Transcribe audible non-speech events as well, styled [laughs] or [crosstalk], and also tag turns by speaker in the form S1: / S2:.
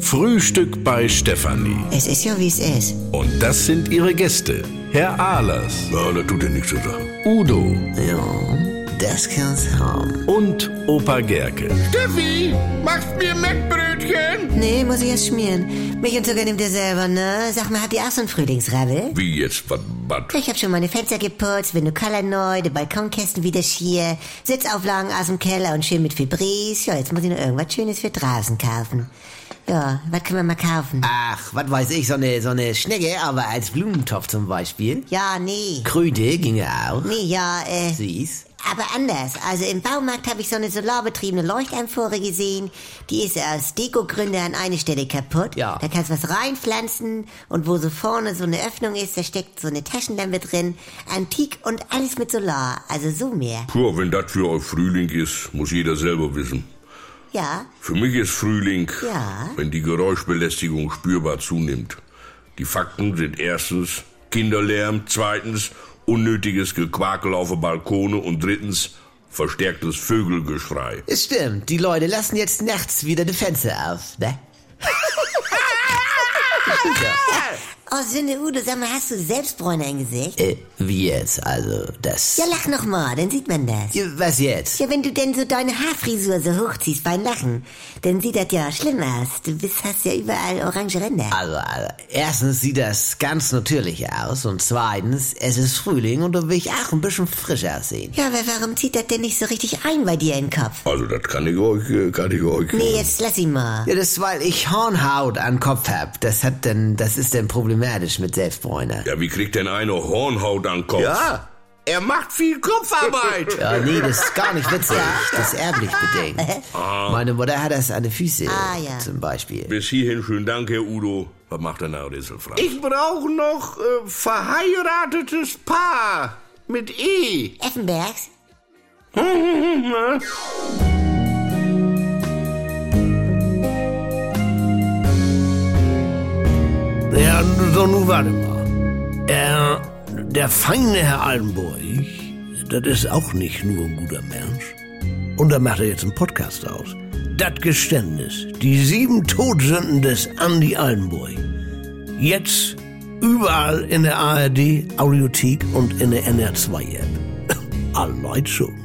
S1: Frühstück bei Stefanie.
S2: Es ist ja, wie es ist.
S1: Und das sind ihre Gäste. Herr Ahlers,
S3: Ja, das tut dir nichts zu sagen.
S1: Udo
S2: Ja, das kann's haben.
S1: und Opa Gerke.
S4: Steffi, machst mir Mettbrötchen?
S2: Nee, muss ich jetzt schmieren. Mich und Zucker nimmt ihr selber, ne? Sag mal, habt ihr auch so einen Frühlingsrabbel?
S3: Wie jetzt? Was? was?
S2: Ich hab schon meine Fenster geputzt, Vinokala neu, die Balkonkästen wieder schier, Sitzauflagen aus dem Keller und schön mit Fibris. Ja, jetzt muss ich noch irgendwas Schönes für draußen kaufen. Ja, was können wir mal kaufen?
S5: Ach, was weiß ich, so eine, so eine Schnecke, aber als Blumentopf zum Beispiel.
S2: Ja, nee.
S5: Kröte ginge auch.
S2: Nee, ja, äh...
S5: Süß.
S2: Aber anders. Also im Baumarkt habe ich so eine solarbetriebene Leuchtamphore gesehen. Die ist aus Dekogründe an eine Stelle kaputt.
S5: Ja.
S2: Da kannst du was reinpflanzen und wo so vorne so eine Öffnung ist, da steckt so eine Taschenlampe drin. Antik und alles mit Solar. Also so mehr.
S3: Puh, wenn das für euch Frühling ist, muss jeder selber wissen.
S2: Ja.
S3: Für mich ist Frühling,
S2: Ja.
S3: wenn die Geräuschbelästigung spürbar zunimmt. Die Fakten sind erstens Kinderlärm, zweitens unnötiges Gequakel auf den Balkone und drittens verstärktes Vögelgeschrei.
S5: Es stimmt, die Leute lassen jetzt nachts wieder die Fenster auf, ne?
S2: Oh, Sünde Udo, sag mal, hast du Selbstbräuner im Gesicht?
S5: Äh, wie jetzt? Also, das.
S2: Ja, lach noch mal, dann sieht man das.
S5: Ja, Was jetzt?
S2: Ja, wenn du denn so deine Haarfrisur so hochziehst beim Lachen, dann sieht das ja schlimm aus. Du bist, hast ja überall orange Ränder.
S5: Also, also, erstens sieht das ganz natürlich aus und zweitens, es ist Frühling und da will ich auch ein bisschen frisch aussehen.
S2: Ja, aber warum zieht das denn nicht so richtig ein bei dir in den Kopf?
S3: Also das kann ich euch, äh, kann ich euch. äh,
S2: Nee, jetzt lass ihn mal.
S5: Ja, das ist, weil ich Hornhaut an Kopf hab. Das hat dann, das ist dann problematisch mit Selbstbräuner.
S3: Ja, wie kriegt denn einer Hornhaut an den Kopf?
S5: Ja.
S3: Er macht viel
S5: [laughs]
S3: Kopfarbeit.
S5: Ja, nee, das ist gar nicht witzig. Das ist erblich bedingt. Meine Mutter hat das an den Füßen,
S2: Ah, ja.
S5: zum Beispiel.
S3: Bis hierhin schönen Dank, Herr Udo. Was macht denn Herr Rieselfrank?
S4: Ich brauche noch äh, verheiratetes Paar mit E.
S2: [laughs] Effenbergs?
S6: Ja, so nun warte mal. Äh, der feine Herr Altenburg, das ist auch nicht nur ein guter Mensch. Und da macht er jetzt einen Podcast aus. Das Geständnis, die sieben Todsünden des Andy Altenburg. Jetzt überall in der ARD, Audiothek und in der NR2-App. Alle Leute schon.